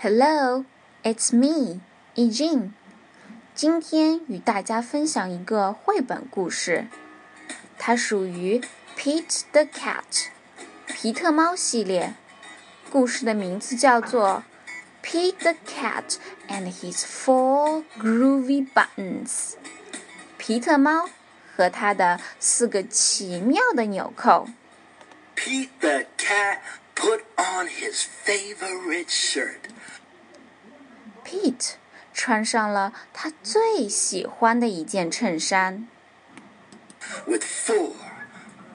Hello, it's me, Ejin。今天与大家分享一个绘本故事，它属于《Pete the Cat》皮特猫系列。故事的名字叫做《Pete the Cat and His Four Groovy Buttons》。皮特猫和他的四个奇妙的纽扣。 Pete the cat put on his favorite shirt. Pete 穿上了他最喜欢的一件衬衫， with four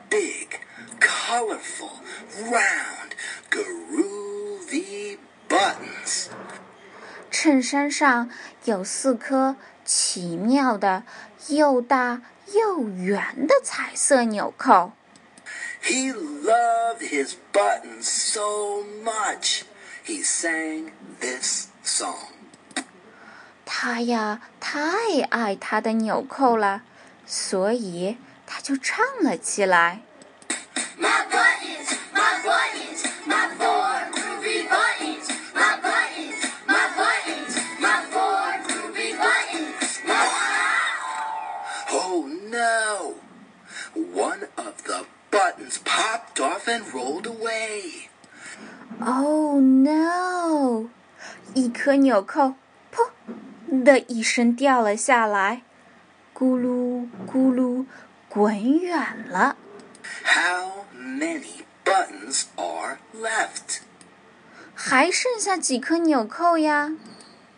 big, colorful, round, groovy buttons. 衬衫上有四颗奇妙的又大又圆的彩色纽扣。 He loved his buttons so much, he sang this song. 他呀，太爱他的纽扣了，所以他就唱了起来。 My buttons, my buttons, my four groovy buttons. My buttons, my buttons, my four groovy buttons. Oh no! One of the buttons popped off and rolled away. Oh no！一颗纽扣“噗”的一声掉了下来，咕噜咕噜滚远了。 How many buttons are left? 还剩下几颗纽扣呀？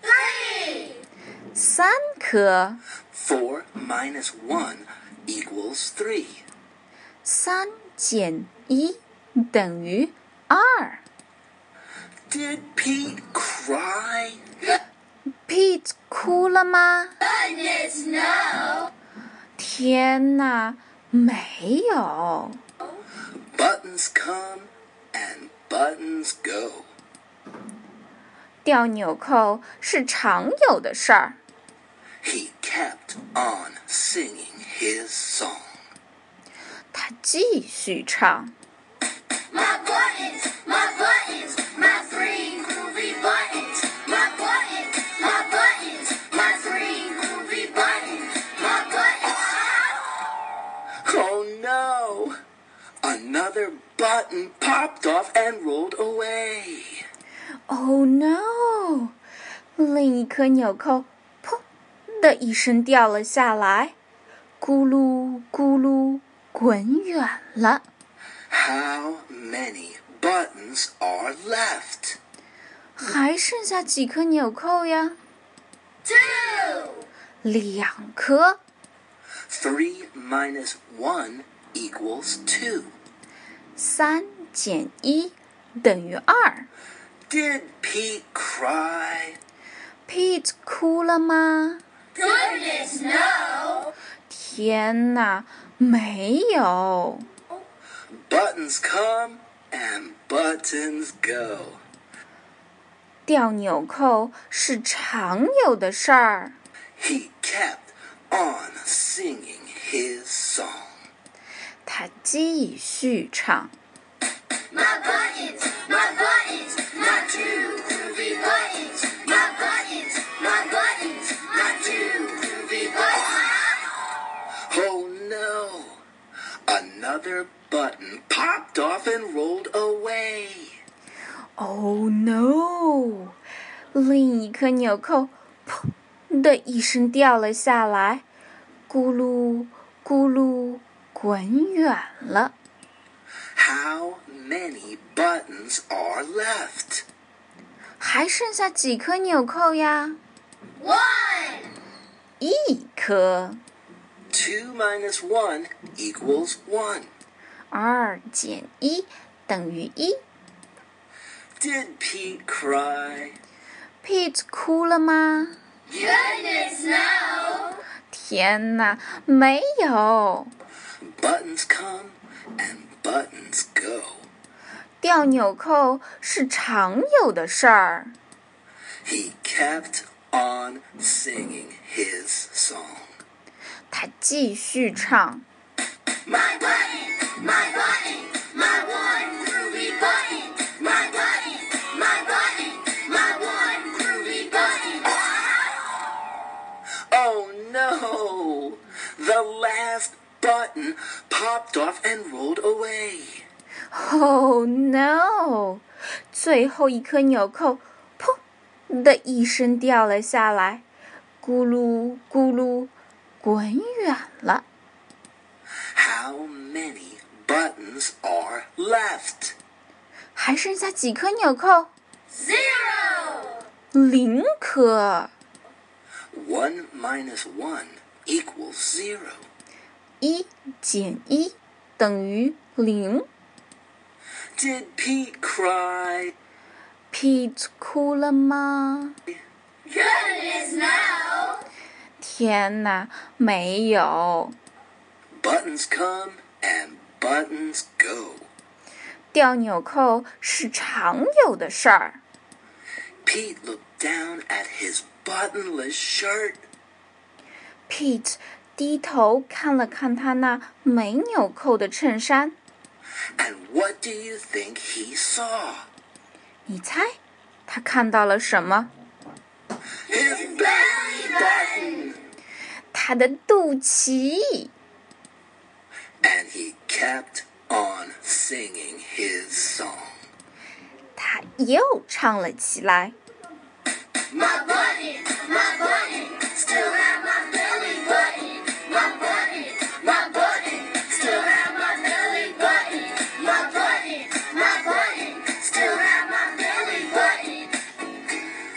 Three, 三颗， Four minus one equals three. 三减一等于二。 Did Pete cry? Pete 哭了吗？ goodness no. 天哪，没有。 Buttons come and buttons go. 掉纽扣是常有的事儿。 He kept on singing his song. 他继续唱。 My buttons, my buttons, my three groovy buttons. My buttons, my buttons, my three groovy buttons. My buttons. Oh no! Another button popped off and rolled away. Oh no！另一颗纽扣“噗”的一声掉了下来，咕噜咕噜滚远了。 How many buttons are left? 还剩下几颗纽扣呀？ Two. 两颗， Three minus one equals two. 三减一等于二。 Did Pete cry? Pete 哭了吗？ Goodness no. 天哪，没有。 Buttons come and buttons go. 掉纽扣是常有的事儿。 He kept on singing his song. 他继续唱。 My buttons, my buttons, my two groovy buttons. My buttons, my buttons, my two groovy buttons. Oh no! Another button popped off and rolled away. Oh no！另一颗纽扣“噗”的一声掉了下来，咕噜咕噜滚远了。 How many buttons are left? 还剩下几颗纽扣呀？ One, 一颗。 Two minus one equals one. 二减一等于一。 Did Pete cry? Pete 哭了吗？ goodness no. 天哪，没有。 Buttons come and buttons go. 掉纽扣是常有的事儿。 He kept on singing his song. 他继续唱。 My button, my button, my one groovy button. My button, my button, my one Oh,，Oh 最后一颗纽扣，砰的一声掉了下来，咕噜咕噜，滚远了。 How many buttons are left? 还剩下几颗纽扣？ Zero! 零颗。 One minus one equals zero. 一减一等于零。 Did Pete cry? Pete 哭了吗？ Goodness, no! 天哪，没有。 Buttons come and buttons go. 掉纽扣是常有的事儿。 Pete looked down at his buttonless shirt. Pete 低头看了看他那没纽扣的衬衫， And what do you think he saw? 你猜他看到了什么？ His belly button! 他的肚脐。 And he kept on singing his song. 他又唱了起来。 My button, my button, still have my belly button. My button, my button, still have my belly button. My button, my button, still have my belly button.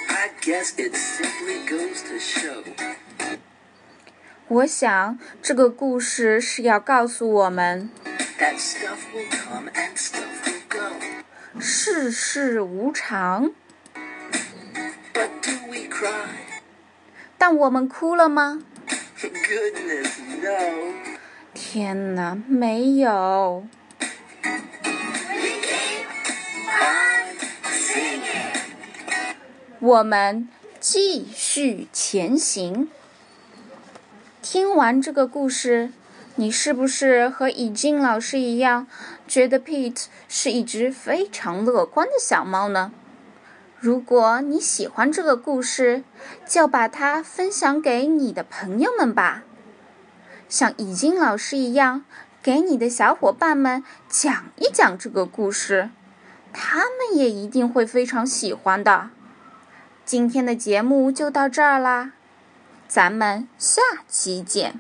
I guess it simply goes to show 我想这个故事是要告诉我们， that stuff will come and stuff will go. 世事无常。 But do we cry? 但我们哭了吗？ Goodness, no. 天哪，没有。 We keep I'm singing. 我们继续前行。听完这个故事，你是不是和以静老师一样，觉得 Pete 是一只非常乐观的小猫呢？如果你喜欢这个故事，就把它分享给你的朋友们吧。像以静老师一样，给你的小伙伴们讲一讲这个故事，他们也一定会非常喜欢的。今天的节目就到这儿啦，咱们下期见。